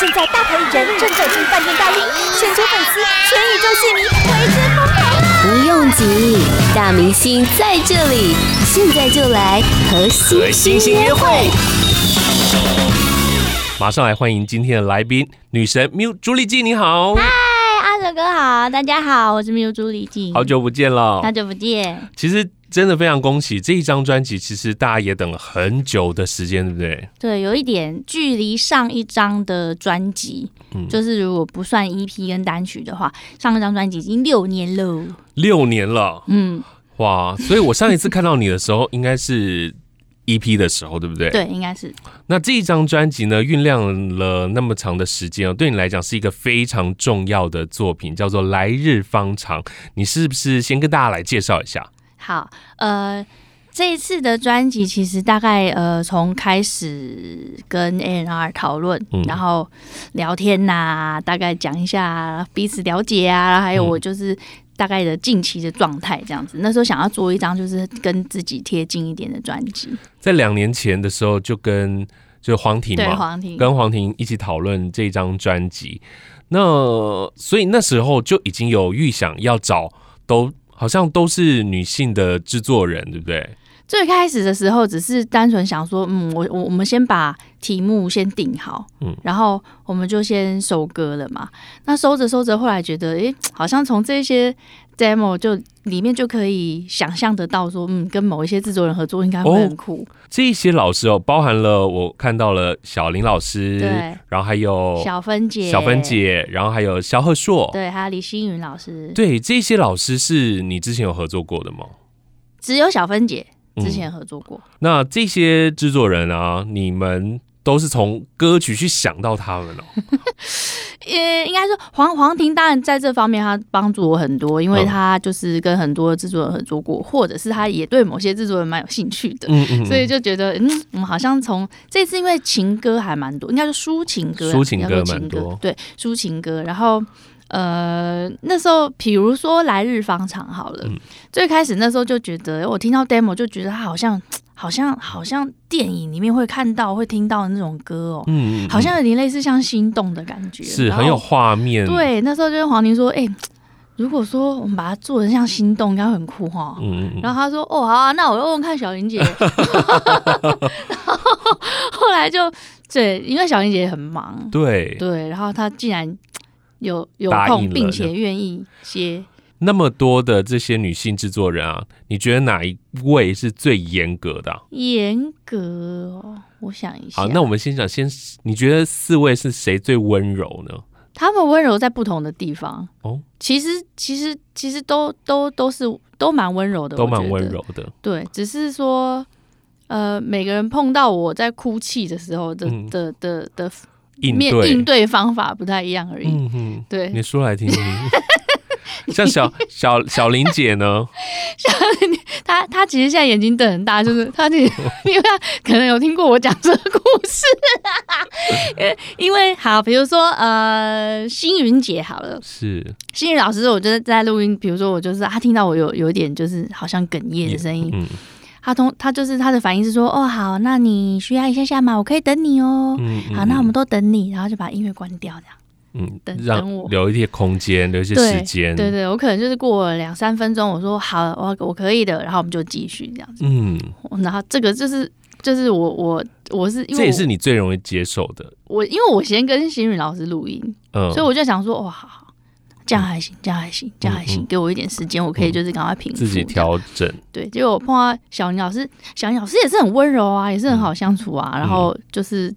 现在大牌艺人正走进饭店大厅，全球粉丝、全宇宙戏迷为之疯狂啊！不用急，大明星在这里，现在就来和和星星星星约约会会。马上来欢迎今天的来宾，女神 Miu 朱丽静，你好，嗨，阿哲哥好，大家好，我是缪朱丽静，好久不见了好。久不见。其实真的非常恭喜这一张专辑，其实大家也等了很久的时间，对不对？对，有一点距离上一张的专辑，嗯就是如果不算 EP 跟单曲的话，上一张专辑已经六年喽。六年了，嗯，哇！所以我上一次看到你的时候，应该是 EP 的时候，对不对？。对，应该是那这一张专辑呢，酝酿了那么长的时间哦，对你来讲是一个非常重要的作品，叫做《来日方长》。你是不是先跟大家来介绍一下？好。呃，这一次的专辑其实大概呃从开始跟 A N R 讨论，嗯然后聊天呐、大概讲一下彼此了解啊，还有嗯我就是。大概的近期的状态这样子，那时候想要做一张就是跟自己贴近一点的专辑，在两年前的时候，就跟就黄婷对嘛，黄婷，跟黄婷一起讨论这张专辑。那所以那时候就已经有预想要找都好像都是女性的制作人，对不对？最开始的时候，只是单纯想说，嗯，我我我们先把题目先定好，嗯嗯，然后我们就先收歌了嘛。那收着收着，后来觉得，诶，好像从这些 demo 就里面就可以想象得到说，嗯，跟某一些制作人合作应该会很酷，这些老师哦，包含了我看到了小林老师，对，然后还有小芬姐，小芬，姐，然后还有萧贺硕，对，还有李星云老师，对，这些老师是你之前有合作过的吗？只有小芬姐嗯之前合作过。那这些制作人啊，你们都是从歌曲去想到他们哦。呃，应该说黄黄婷当然在这方面他帮助我很多，因为嗯他就是跟很多制作人合作过，或者是他也对某些制作人蛮有兴趣的，嗯嗯 嗯所以就觉得嗯，我们好像从这次因为情歌还蛮多，应该说抒情歌啊，抒情歌应该说蛮多对抒情歌，然后。呃，那时候比如说《来日方长》好了，嗯最开始那时候就觉得，我听到 demo 就觉得它好像好像好像电影里面会看到、会听到的那种歌哦，嗯嗯嗯嗯好像有点类似像心动的感觉，是然很有后画面，，对，那时候就跟黄婷说，哎、如果说我们把它做的像心动，应该会很酷哈。嗯嗯嗯然后他说：“哦，好啊，那我问问看小云 姐。” 然后后来就对，因为小云姐很忙，对，对，然后她竟然有有答应空，了并且愿意接，那么多的这些女性制作人啊，你觉得哪一位是最严格的啊、严格哦。我想一下，好，那我们先讲，先你觉得四位是谁最温柔呢？他们温柔在不同的地方哦其实其实其实都都都是都蛮温柔的，都我觉蛮温得柔的，对，只是说，呃，每个人碰到我在哭泣的时候的、嗯的的的应面对，应对方法不太一样而已。嗯哼，对，你说来听听。像小 小小林姐呢，他他其实现在眼睛瞪很大，就是他其实 因为他可能有听过我讲这个故事、啊 因为因为好，比如说呃，星云姐好了，是星云老师，我就是在录音，比如说我就是他听到我有有一点就是好像哽咽的声音，嗯他通他就是他的反应是说，哦好，那你需要一下下吗？我可以等你哦。嗯嗯好，那我们都等你，然后就把音乐关掉，这样。嗯等等让我留一些空间，留一些时间，对对，我可能就是过了两三分钟，我说好，我我可以的，然后我们就继续这样子。嗯，然后这个就是就是我我我是因为这也是我你最容易接受的，我因为我先跟星宇老师录音，嗯，所以我就想说，哇，好好，这样还行，这样还行，这样还行，嗯给我一点时间，我可以就是赶快平复自己这样。调整，对，结果我碰到小宁老师，小宁老师也是很温柔啊，嗯也是很好相处啊，然后就是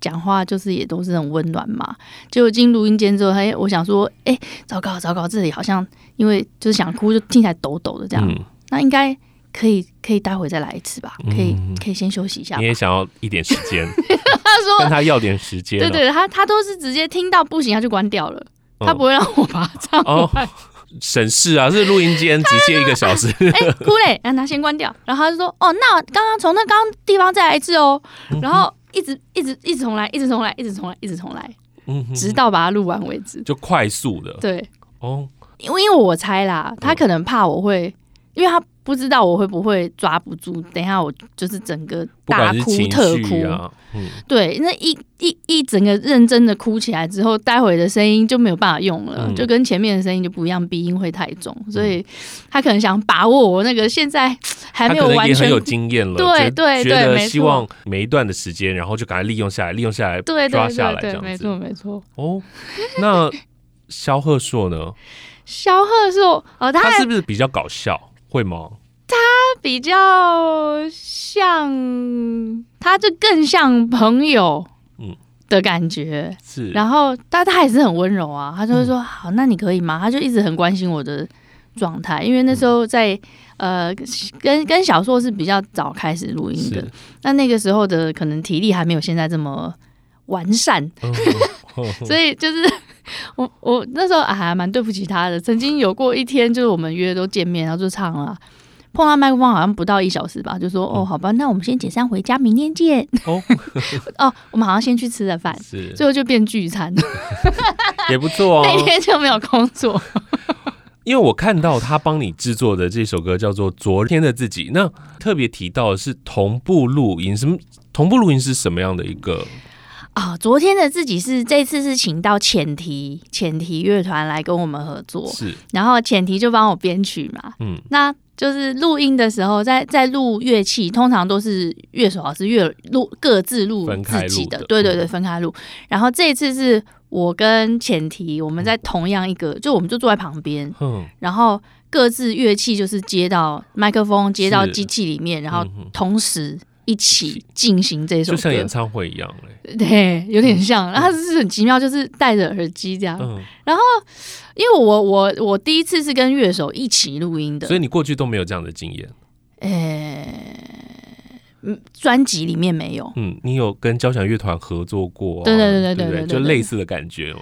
讲话就是也都是很温暖嘛。结果进录音间之后，哎，我想说，哎、糟糕糟糕，这里好像因为就是想哭，就听起来抖抖的这样。嗯，那应该可以可以待会再来一次吧，可以嗯可以先休息一下吧你。也想要一点时间， 他跟说，他要点时间、哦对，对，他他都是直接听到不行他就关掉了，嗯他不会让我把它唱哦完。省事啊，是录音间直接一个小 时，哎、哭嘞，让他先关掉。然后他就说：“哦，那刚刚从那刚刚地方再来一次哦。”嗯然后一直一直一直重来，一直重来，一直重来，一直重来，嗯哼嗯直到把它录完为止。就快速的对，哦，嗯因为因为我猜啦，他可能怕我会因为他不知道我会不会抓不住，等一下我就是整个不大管是哭情特绪哭，啊，嗯，对，那一一一整个认真的哭起来之后，待会的声音就没有办法用了，嗯就跟前面的声音就不一样，鼻音会太重，所以他可能想把握我那个现在还他没可有能完也很全有经验了，对觉对觉对得没希错望每一段的时间，然后就赶快利用下来，利用下来，对抓对下对来这对，没样错子。没错。哦，那萧贺硕呢？萧贺是我哦，他他还是不是比较搞笑？会吗？比较像，他就更像朋友，嗯的感觉。是，嗯然后，但他也是很温柔啊，他就会说：“好，那你可以吗？”他就一直很关心我的状态，因为那时候在嗯呃，跟跟小硕是比较早开始录音的是，那那个时候的可能体力还没有现在这么完善，嗯所以就是 我我那时候啊还蛮对不起他的。曾经有过一天，就是我们约都见面，然后就唱了啊。碰到麦克风好像不到一小时吧，就说哦，好吧，那我们先解散回家，明天见。嗯哦， 哦，我们好像先去吃了饭，是最后就变聚餐。也不错那哦。天就没有工 作。因为我看到他帮你制作的这首歌叫做《昨天的自己》，那特别提到的是同步录音，什么同步录音是什么样的一个？啊、昨天的自己是这次是请到浅提浅提乐团来跟我们合作，是，然后浅提就帮我编曲嘛。嗯，那就是录音的时候，在在录乐器，通常都是乐手老师乐录各自录分开自己录的的，对对嗯对，分开录。然后这一次是我跟浅提，我们在同样一个，就我们就坐在旁边，哼，然后各自乐器就是接到麦克风，接到是机器里面，然后嗯哼同时一起进行这首就歌，像演唱会一样、欸，对，有点像。然后它是很奇妙，就是戴着耳机这样。嗯，因为我我我第一次是跟乐手一起录音的所，以你过去都没有这样的经验，呃嗯专辑里面没有。嗯，你有跟交响乐团合作过、啊，对对对对对不对对对就类似的感觉哦，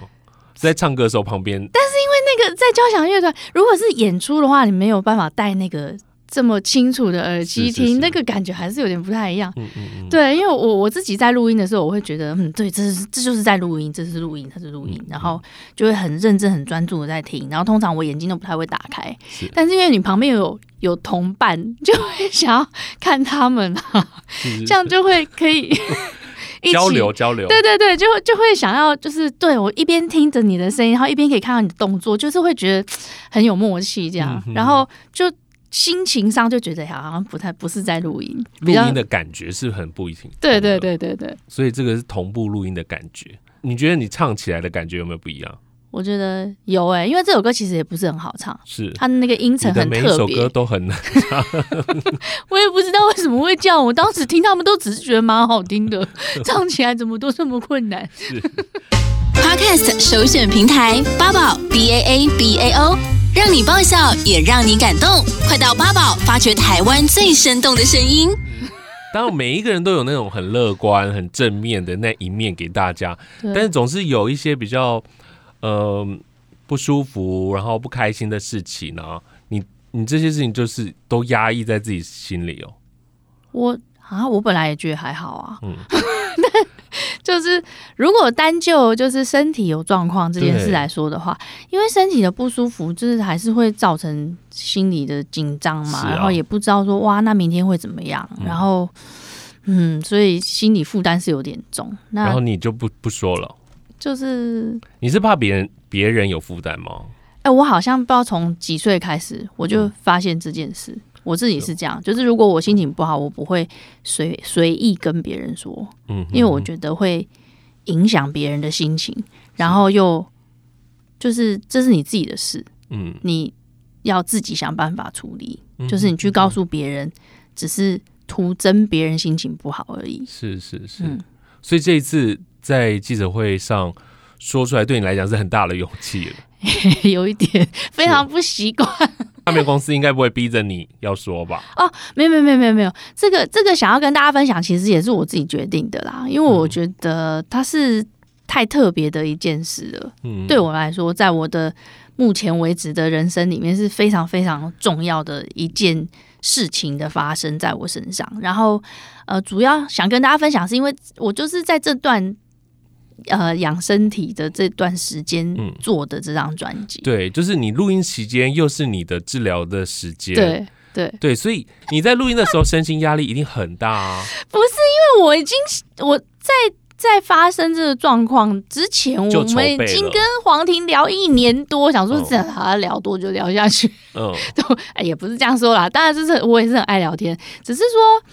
在唱歌的时候旁边，那个在交响乐团，如果是演出的话，你没有办法戴那个这么清楚的耳机是是听，是那个感觉还是有点不太一样。嗯嗯嗯，对，因为我我自己在录音的时候，我会觉得，嗯，对，这是这就是在录音，这是录音，它是录音，嗯然后就会很认真、很专注的在听。然后通常我眼睛都不太会打开是，但是因为你旁边有有同伴，就会想要看他们啊，是是这样就会可 以一起交流。交流，对对对，就会就会想要，就是对我一边听着你的声音，然后一边可以看到你的动作，就是会觉得很有默契这样嗯，哼然后就心情上就觉得好像不太不是在录音，录比较音的感觉是很不一定，对对，对对对。所以这个是同步录音的感觉。你觉得你唱起来的感觉有没有不一样？我觉得有哎、因为这首歌其实也不是很好唱，是，它那个音你程的很每一特首别歌，都很 难，我也不知道为什么会这样。我当时听他们都只是觉得蛮好听 的，唱起来怎么都这么困难。 Podcast 首选平台八宝 B A A B A O，让你爆笑也让你感动。快到八宝发掘台湾最生动的声音。当然每一个人都有那种很乐观、很正面的那一面给大家，对但是总是有一些比较，呃，不舒服，然后不开心的事情呢、你你这些事情就是都压抑在自己心里哦。我啊，我本来也觉得还好啊，嗯但就是如果单就就是身体有状况这件事来说的话，因为身体的不舒服，就是还是会造成心理的紧张嘛，是啊然后也不知道说哇，那明天会怎么样，嗯然后嗯，所以心理负担是有点重。然后那你就不不说了，就是你是怕别人别人有负担吗？哎、我好像不知道从几岁开始，我就发现这件事。我自己是这样，就是如果我心情不好，我不会随随意跟别人说，嗯，因为我觉得会影响别人的心情，然后又就是这是你自己的事，嗯，你要自己想办法处理。嗯就是你去告诉别人，只是徒增别人心情不好而已。 是是是，嗯所以这一次在记者会上说出来，对你来讲是很大的勇气 了。有一点非常不习惯。 唱片公司应该不会逼着你要说吧？没有没有没有没有没有，这个这个想要跟大家分享，其实也是我自己决定的啦，因为嗯我觉得它是太特别的一件事了。嗯，对我来说，在我的目前为止的人生里面是非常非常重要的一件事情的发生在我身上。然后，呃，主要想跟大家分享，是因为我就是在这段呃养身体的这段时间嗯做的这张专辑。对，就是你录音期间又是你的治疗的时间，，对对，对，所以你在录音的时候，身心压力一定很大 啊。不是因为我已经我在在发生这个状况之前，就我筹们备已经了跟黄婷聊一年多，想说嗯这好像聊多久聊下去，嗯， 都哎也不是这样说啦，当然就是我也是很爱聊天，只是说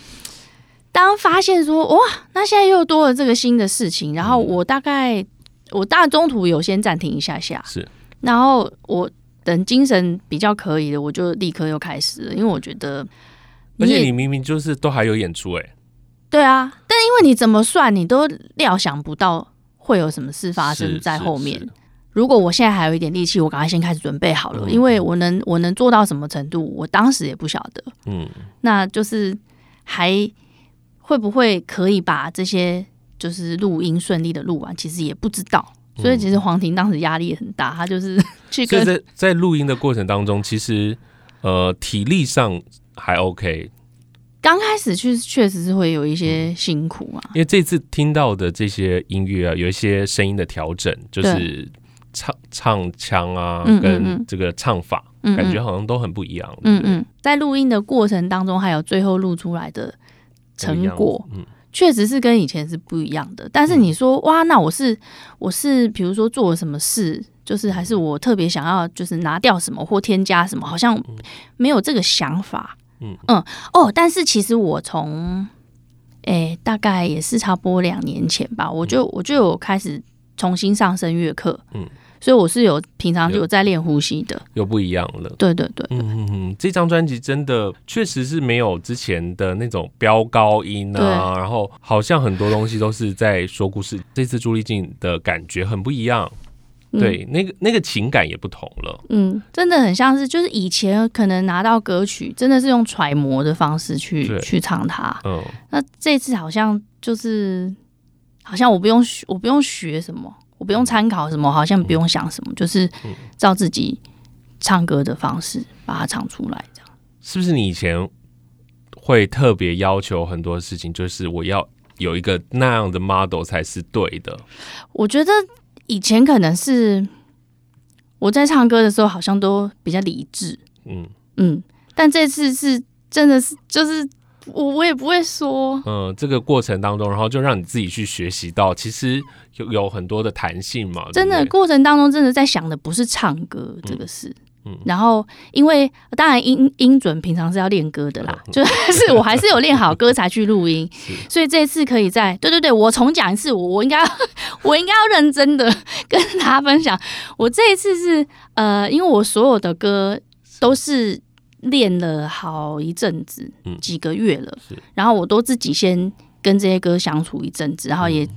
当发现说哇，那现在又多了这个新的事情，然后嗯我大概我大中途有先暂停一下下，是，然后我等精神比较可以了，我就立刻又开始了，因为我觉得而且也你明明就是都还有演出哎、对啊，但因为你怎么算，你都料想不到会有什么事发是生在是后是面。如果我现在还有一点力气，我赶快先开始准备好了，嗯因为我能我能做到什么程度，我当时也不晓得。嗯，那就是还会不会可以把这些就是录音顺利的录完，其实也不知道。所以其实黄婷当时压力也很大，她就是 去嗯所跟以在在录音的过程当中，其实呃体力上还 OK，刚开始去确实是会有一些辛苦啊。因为这次听到的这些音乐啊，有一些声音的调整，就是唱唱腔啊嗯嗯，跟嗯这个唱法，嗯嗯感觉好像都很不一样。嗯对不对嗯，在录音的过程当中，还有最后录出来的成果，，那个样子嗯确实是跟以前是不一样的。但是你说、哇，那我是我是比如说做了什么事，就是还是我特别想要就是拿掉什么或添加什么，好像没有这个想法。嗯哦，但是其实我从诶、大概也是差不多两年前吧，我就我就有开始重新上声乐课，嗯嗯，所以我是有平常有有在练呼吸的，嗯，又不一样了。对对对。嗯嗯嗯，这张专辑真的确实是没有之前的那种飙高音啊，然后好像很多东西都是在说故事。这次朱丽静的感觉很不一样，嗯对，那个那个情感也不同了。嗯，真的很像是，就是以前可能拿到歌曲，真的是用揣摩的方式去对去唱它。嗯，那这次好像就是，好像我不用学，我不用学什么，我不用参考什么，好像不用想什么，就是照自己唱歌的方式把它唱出来，这样。是不是你以前会特别要求很多事情，就是我要有一个那样的 model 才是对的？我觉得以前可能是我在唱歌的时候，好像都比较理智，嗯嗯，但这次是真的是就是我我也不会说，嗯，这个过程当中，然后就让你自己去学习到，其实有有很多的弹性嘛。真的对不过程当中，真的在想的不是唱歌这个事。嗯然后，因为呃当然音音准平常是要练歌的啦，嗯就是 还是我还是有练好歌才去录音 是，所以这次可以在对对对，我重讲一次，我我应该要 我应该要认真的跟大家分享，我这一次是呃，因为我所有的歌都是练了好一阵子，嗯几个月了是，然后我都自己先跟这些歌相处一阵子，然后嗯也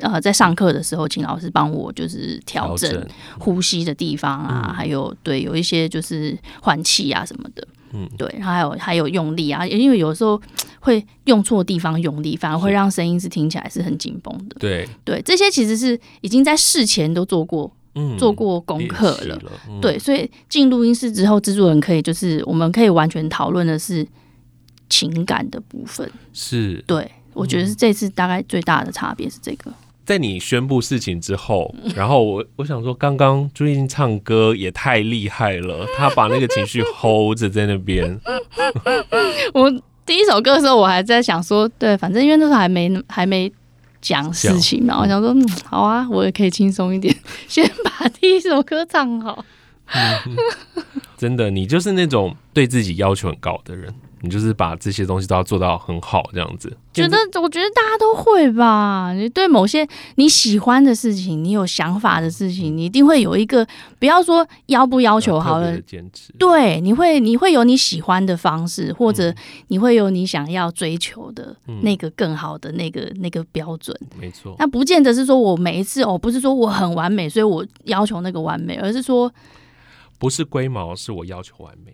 呃，在上课的时候，请老师帮我就是对调整呼吸的地方啊，嗯还有对有一些就是换气啊什么的，嗯对，然后还有还有用力啊，因为有时候会用错地方用力，反而会是让声音是听起来是很紧绷的。对，对，这些其实是已经在事前都做过嗯，做过功练课习了。了，嗯对，所以进录音室之后，制作人可以就是我们可以完全讨论的是情感的部分。是对，我嗯觉得是这次大概最大的差别是这个。在你宣布事情之后，然后我我想说，刚刚朱丽静唱歌也太厉害了，她把那个情绪 hold 着在那边，我第一首歌的时候，我还在想说，对，反正因为那时候还没还没讲事情嘛，我想说，嗯，好啊，我也可以轻松一点， 先把第一首歌唱好。真的，你就是那种对自己要求很高的人，你就是把这些东西都要做到很好，这样子。觉得我觉得大家都会吧，你对某些你喜欢的事情，你有想法的事情，你一定会有一个，不要说要不要要求好啊特别了地，坚持，对，你会你会有你喜欢的方式，或者嗯你会有你想要追求的那个更好的那个那个标准。没错，那不见得是说我每一次哦，不是说我很完美，所以我要求那个完美，而是说嗯不是龟毛，是我要求完美，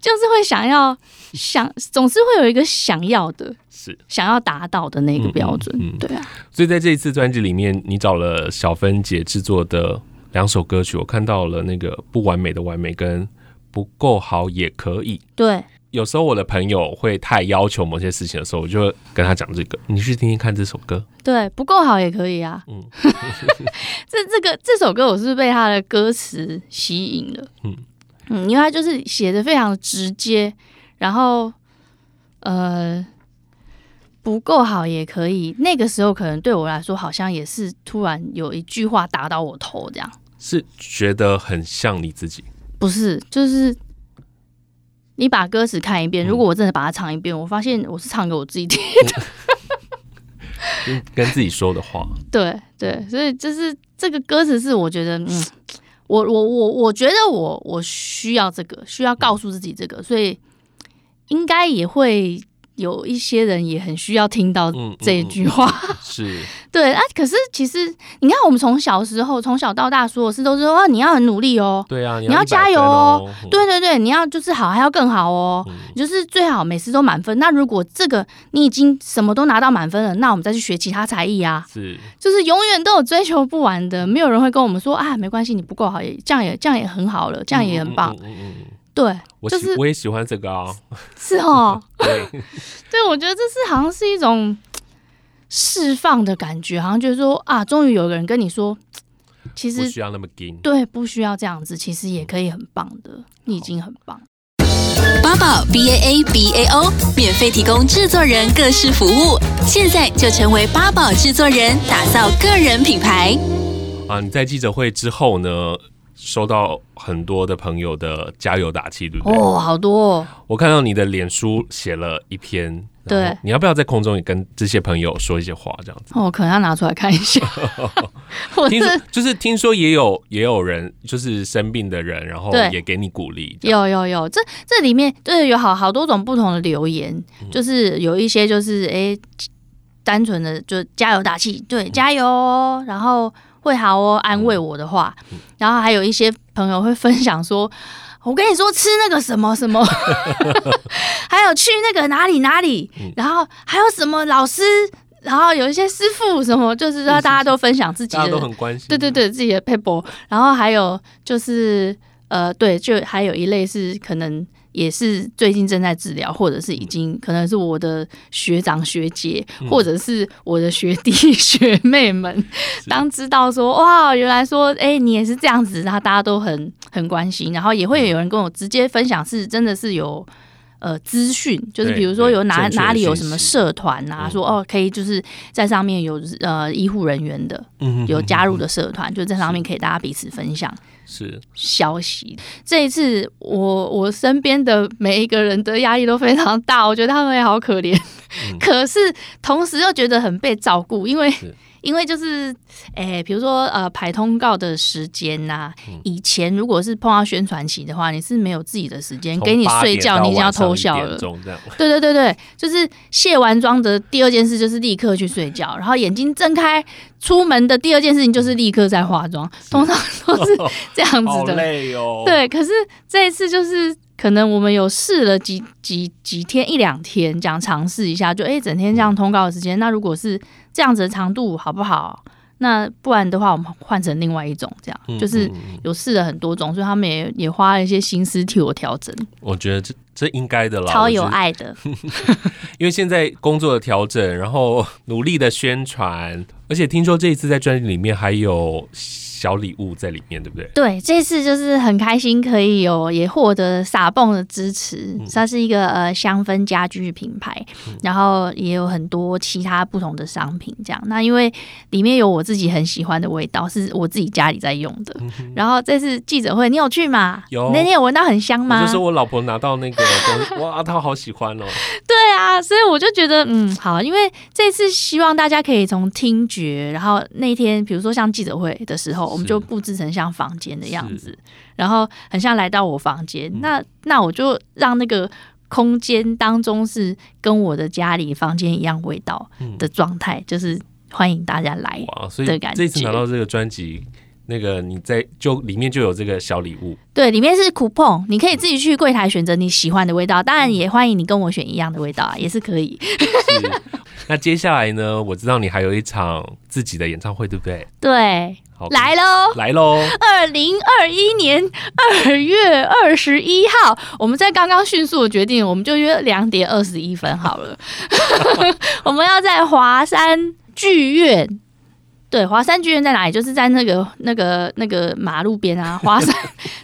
就是会想要想，总是会有一个想要的、是。想要达到的那个标准。嗯嗯嗯对啊，所以在这一次专辑里面，你找了小芬姐制作的两首歌曲，我看到了那个不完美的完美跟不够好也可以。对，有时候我的朋友会太要求某些事情的时候，我就会跟他讲这个，你去听听看这首歌。对，不够好也可以啊。嗯这这个这首歌，我是被他的歌词吸引了。嗯嗯，嗯，因为他就是写的非常直接，然后呃不够好也可以。那个时候可能对我来说，好像也是突然有一句话打到我头，这样是觉得很像你自己，不是就是。你把歌词看一遍，嗯如果我真的把它唱一遍，我发现我是唱给我自己听。跟跟自己说的话。对对，所以就是这个歌词是我觉得，嗯，我我我我觉得我我需要这个，需要告诉自己这个，所以应该也会有一些人也很需要听到嗯，这一嗯句话。 嗯是对啊，可是其实你看，我们从小时候从小到大说的事都是说哇你要很努力哦，对啊，你要100加分油哦。嗯，对对对，你要就是好还要更好哦。嗯就是最好每次都满分。那如果这个你已经什么都拿到满分了，那我们再去学其他才艺啊。是就是永远都有追求不完的，没有人会跟我们说啊，没关系，你不够好，也这样也这样也很好了，这样也很棒。嗯嗯嗯嗯嗯嗯对，我就喜是我也喜欢这个啊，是哦， 对，对，我觉得这是好像是一种嘖释放的感觉，好像就是说啊，终于有个人跟你说，嘖其不实需要那么硬。对，不需要这样子，其实也可以很棒的，你已经很棒。八宝 B A A B A O 免费提供制作人各式服务，现在就成为八宝制作人，打造个人品牌。啊，你在记者会之后呢，收到很多的朋友的加油打气，对不对？哦，好多、哦，我看到你的脸书写了一篇，对然后你要不要在空中也跟这些朋友说一些话？这 样子，哦我可能要拿出来看一 下。我听是说就是听说也有也有人就是生病的人，然后对也给你鼓励，这样有有有，这这里面对有好好多种不同的留言，嗯就是有一些就是诶，单纯的就加油打气，嗯对，加油哦，然后会好哦，安慰我的话，嗯然后还有一些朋友会分享说。我跟你说，吃那个什么什 么，还有去那个哪里哪里，嗯然后还有什么老师，然后有一些师傅什么，就是让大家都分享自己大家的都很关心。对对，对，自己的 paper，然后还有就是呃，对，就还有一类是可能也是最近正在治疗，或者是已经可能是我的学长学姐，嗯或者是我的学弟学妹们，当知道说哇，原来说哎、你也是这样子，然后大家都很很关心，然后也会有人跟我直接分享是真的是有。呃，资讯就是对比如说对有哪正确的哪里有讯什么息社团啊，嗯说哦可以就是在上面有呃医护人员的，嗯有加入的嗯社团，就在上面可以大家彼此分享嗯嗯 是消息。这一次我，我身边的每一个人的压力都非常大，我觉得他们也好可怜，嗯 可是同时又觉得很被照顾，因为是 因为就是诶，比如说呃排通告的时间呐、嗯以前如果是碰到宣传期的话，你是没有自己的时间，从给你8睡点觉到你已经要晚上偷1笑点了。钟这样对对对对，就是卸完妆的第二件事就是立刻去睡觉，然后眼睛睁开出门的第二件事情就是立刻在化妆，通常都是这样好子的。累哦。对，可是这一次就是可能我们有试了几几几天一两天，这样尝试一下，就哎诶整天这样通告的时间，那如果是这样子的长度好不好？那不然的话，我们换成另外一种，这样、嗯，就是嗯嗯有试了很多种，所以他们也也花了一些心思替我调整，我觉得这这应该的啦，超我有觉得爱的。因为现在工作的调整，然后 努力的宣传，而且听说这一次在专辑里面还有小礼物在里面，对不对？对，这次就是很开心，可以有也获得撒蹦的支持。嗯它是一个呃香氛家居品牌，然后也有很多其他不同的商品这样。那因为里面有我自己很喜欢的味道，是我自己家里在用的。然后这次记者会，你有去吗？嗯有那天有闻到很香吗？我就说我老婆拿到那个东西， 哇，她好 喜欢哦。对啊，所以我就觉得，嗯，好，因为这次希望大家可以从听觉，然后那天比如说像记者会的时候，我们是就布置成像房间的样子，然后很像来到我房间，嗯那那我就让那个空间当中是跟我的家里房间一样味道的状态，就是欢迎大家来。嗯哇，所的以感觉这次拿到这个专辑，那个你在就里面就有这个小礼物，对，里面是 coupon，你可以自己去柜台选择你喜欢的味道，当然也欢迎你跟我选一样的味道啊，也是可以。 是。那接下来呢？我知道你还有一场自己的演唱会，对不对？对，好，来喽！来喽！二零二一年二月二十一号，我们在刚刚迅速的决定，我们就约两点二十一分好了。我们要在华山剧院对，华山剧院在哪里？就是在那个那个那个马路边啊，华山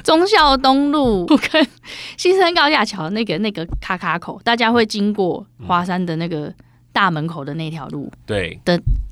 忠孝东路跟新生高架桥那个那个卡卡口，大家会经过华山的那个大门口的那条路对，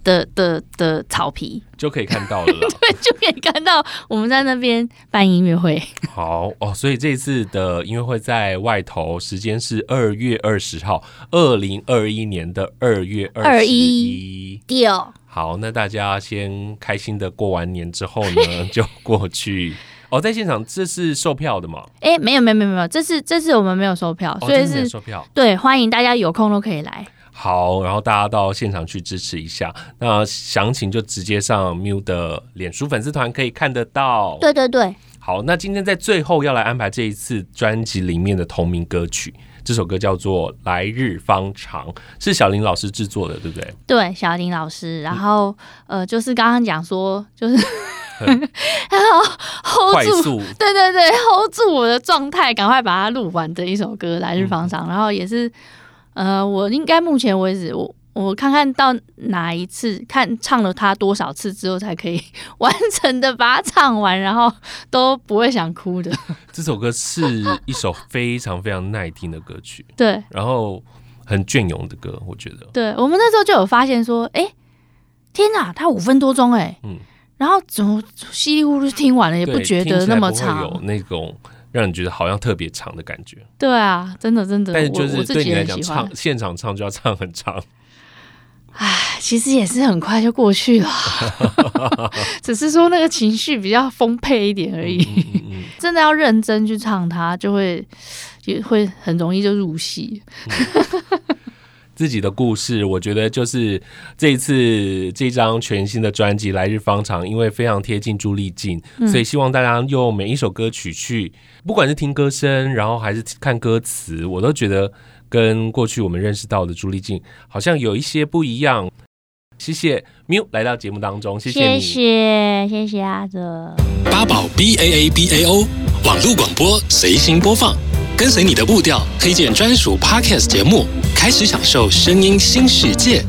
的的的草皮， 就可以看到了啦。就可以看到我们在那边办音乐会。好哦，所以这一次的音乐会在外头，时间是二月二十号，二零二一年的二月二一21。丢，好，那大家先开心的过完年之后 呢，就过去。哦，在现场这是售票的嘛？哎，没有没有没有没有，这次这次我们没有售票，哦，所以这免是售票。对欢迎大家有空都可以来。好，然后大家到现场去支持一下。那详情就直接上 Miu 的脸书粉丝团可以看得到。对对对，好，那今天在最后要来安排这一次专辑里面的同名歌曲，这首歌叫做《来日方长》，是小林老师制作的，对不对？对，小林老师，嗯然后、呃，就是刚刚讲说，就是 还要 hold 快住，速 对对对，hold 住我的状态，赶快把它录完的一首歌《来日嗯方长》，然后也是呃，我应该目前为止，我我看看到哪一次看唱了它多少次之后，才可以 完整的把它唱完，然后都不会想哭的。这首歌是一首非常非常耐听的歌曲，对然后很隽永的歌，我觉得。对，我们那时候就有发现说，哎，天哪，它五分多钟哎、嗯然后怎么稀里糊涂就听完了，也不对觉听得起来那么不会有长。那种让你觉得好像特别长的感觉。对啊，真的真的，但是就我我是自对己你来也讲，喜欢唱。现场唱就要唱很 长。唉，其实也是很快就过去了， 只是说那个情绪比较丰沛一点而已。嗯嗯，真的要认真去唱它，就会也会很容易就入戏。自己的故事，我觉得就是这一次这张全新的专辑《来日方长》，因为非常贴近朱丽静，所以希望大家用每一首歌曲去，不管是听歌声，然后还是看歌词，我都觉得跟过去我们认识到的朱丽静好像有一些不一样。谢谢 Miu 来到节目当中，谢你。谢谢谢阿哲。八宝 B A A B A O 网络广播随心播放，跟随你的步调，推荐专属 Podcast 节目，开始享受声音新世界。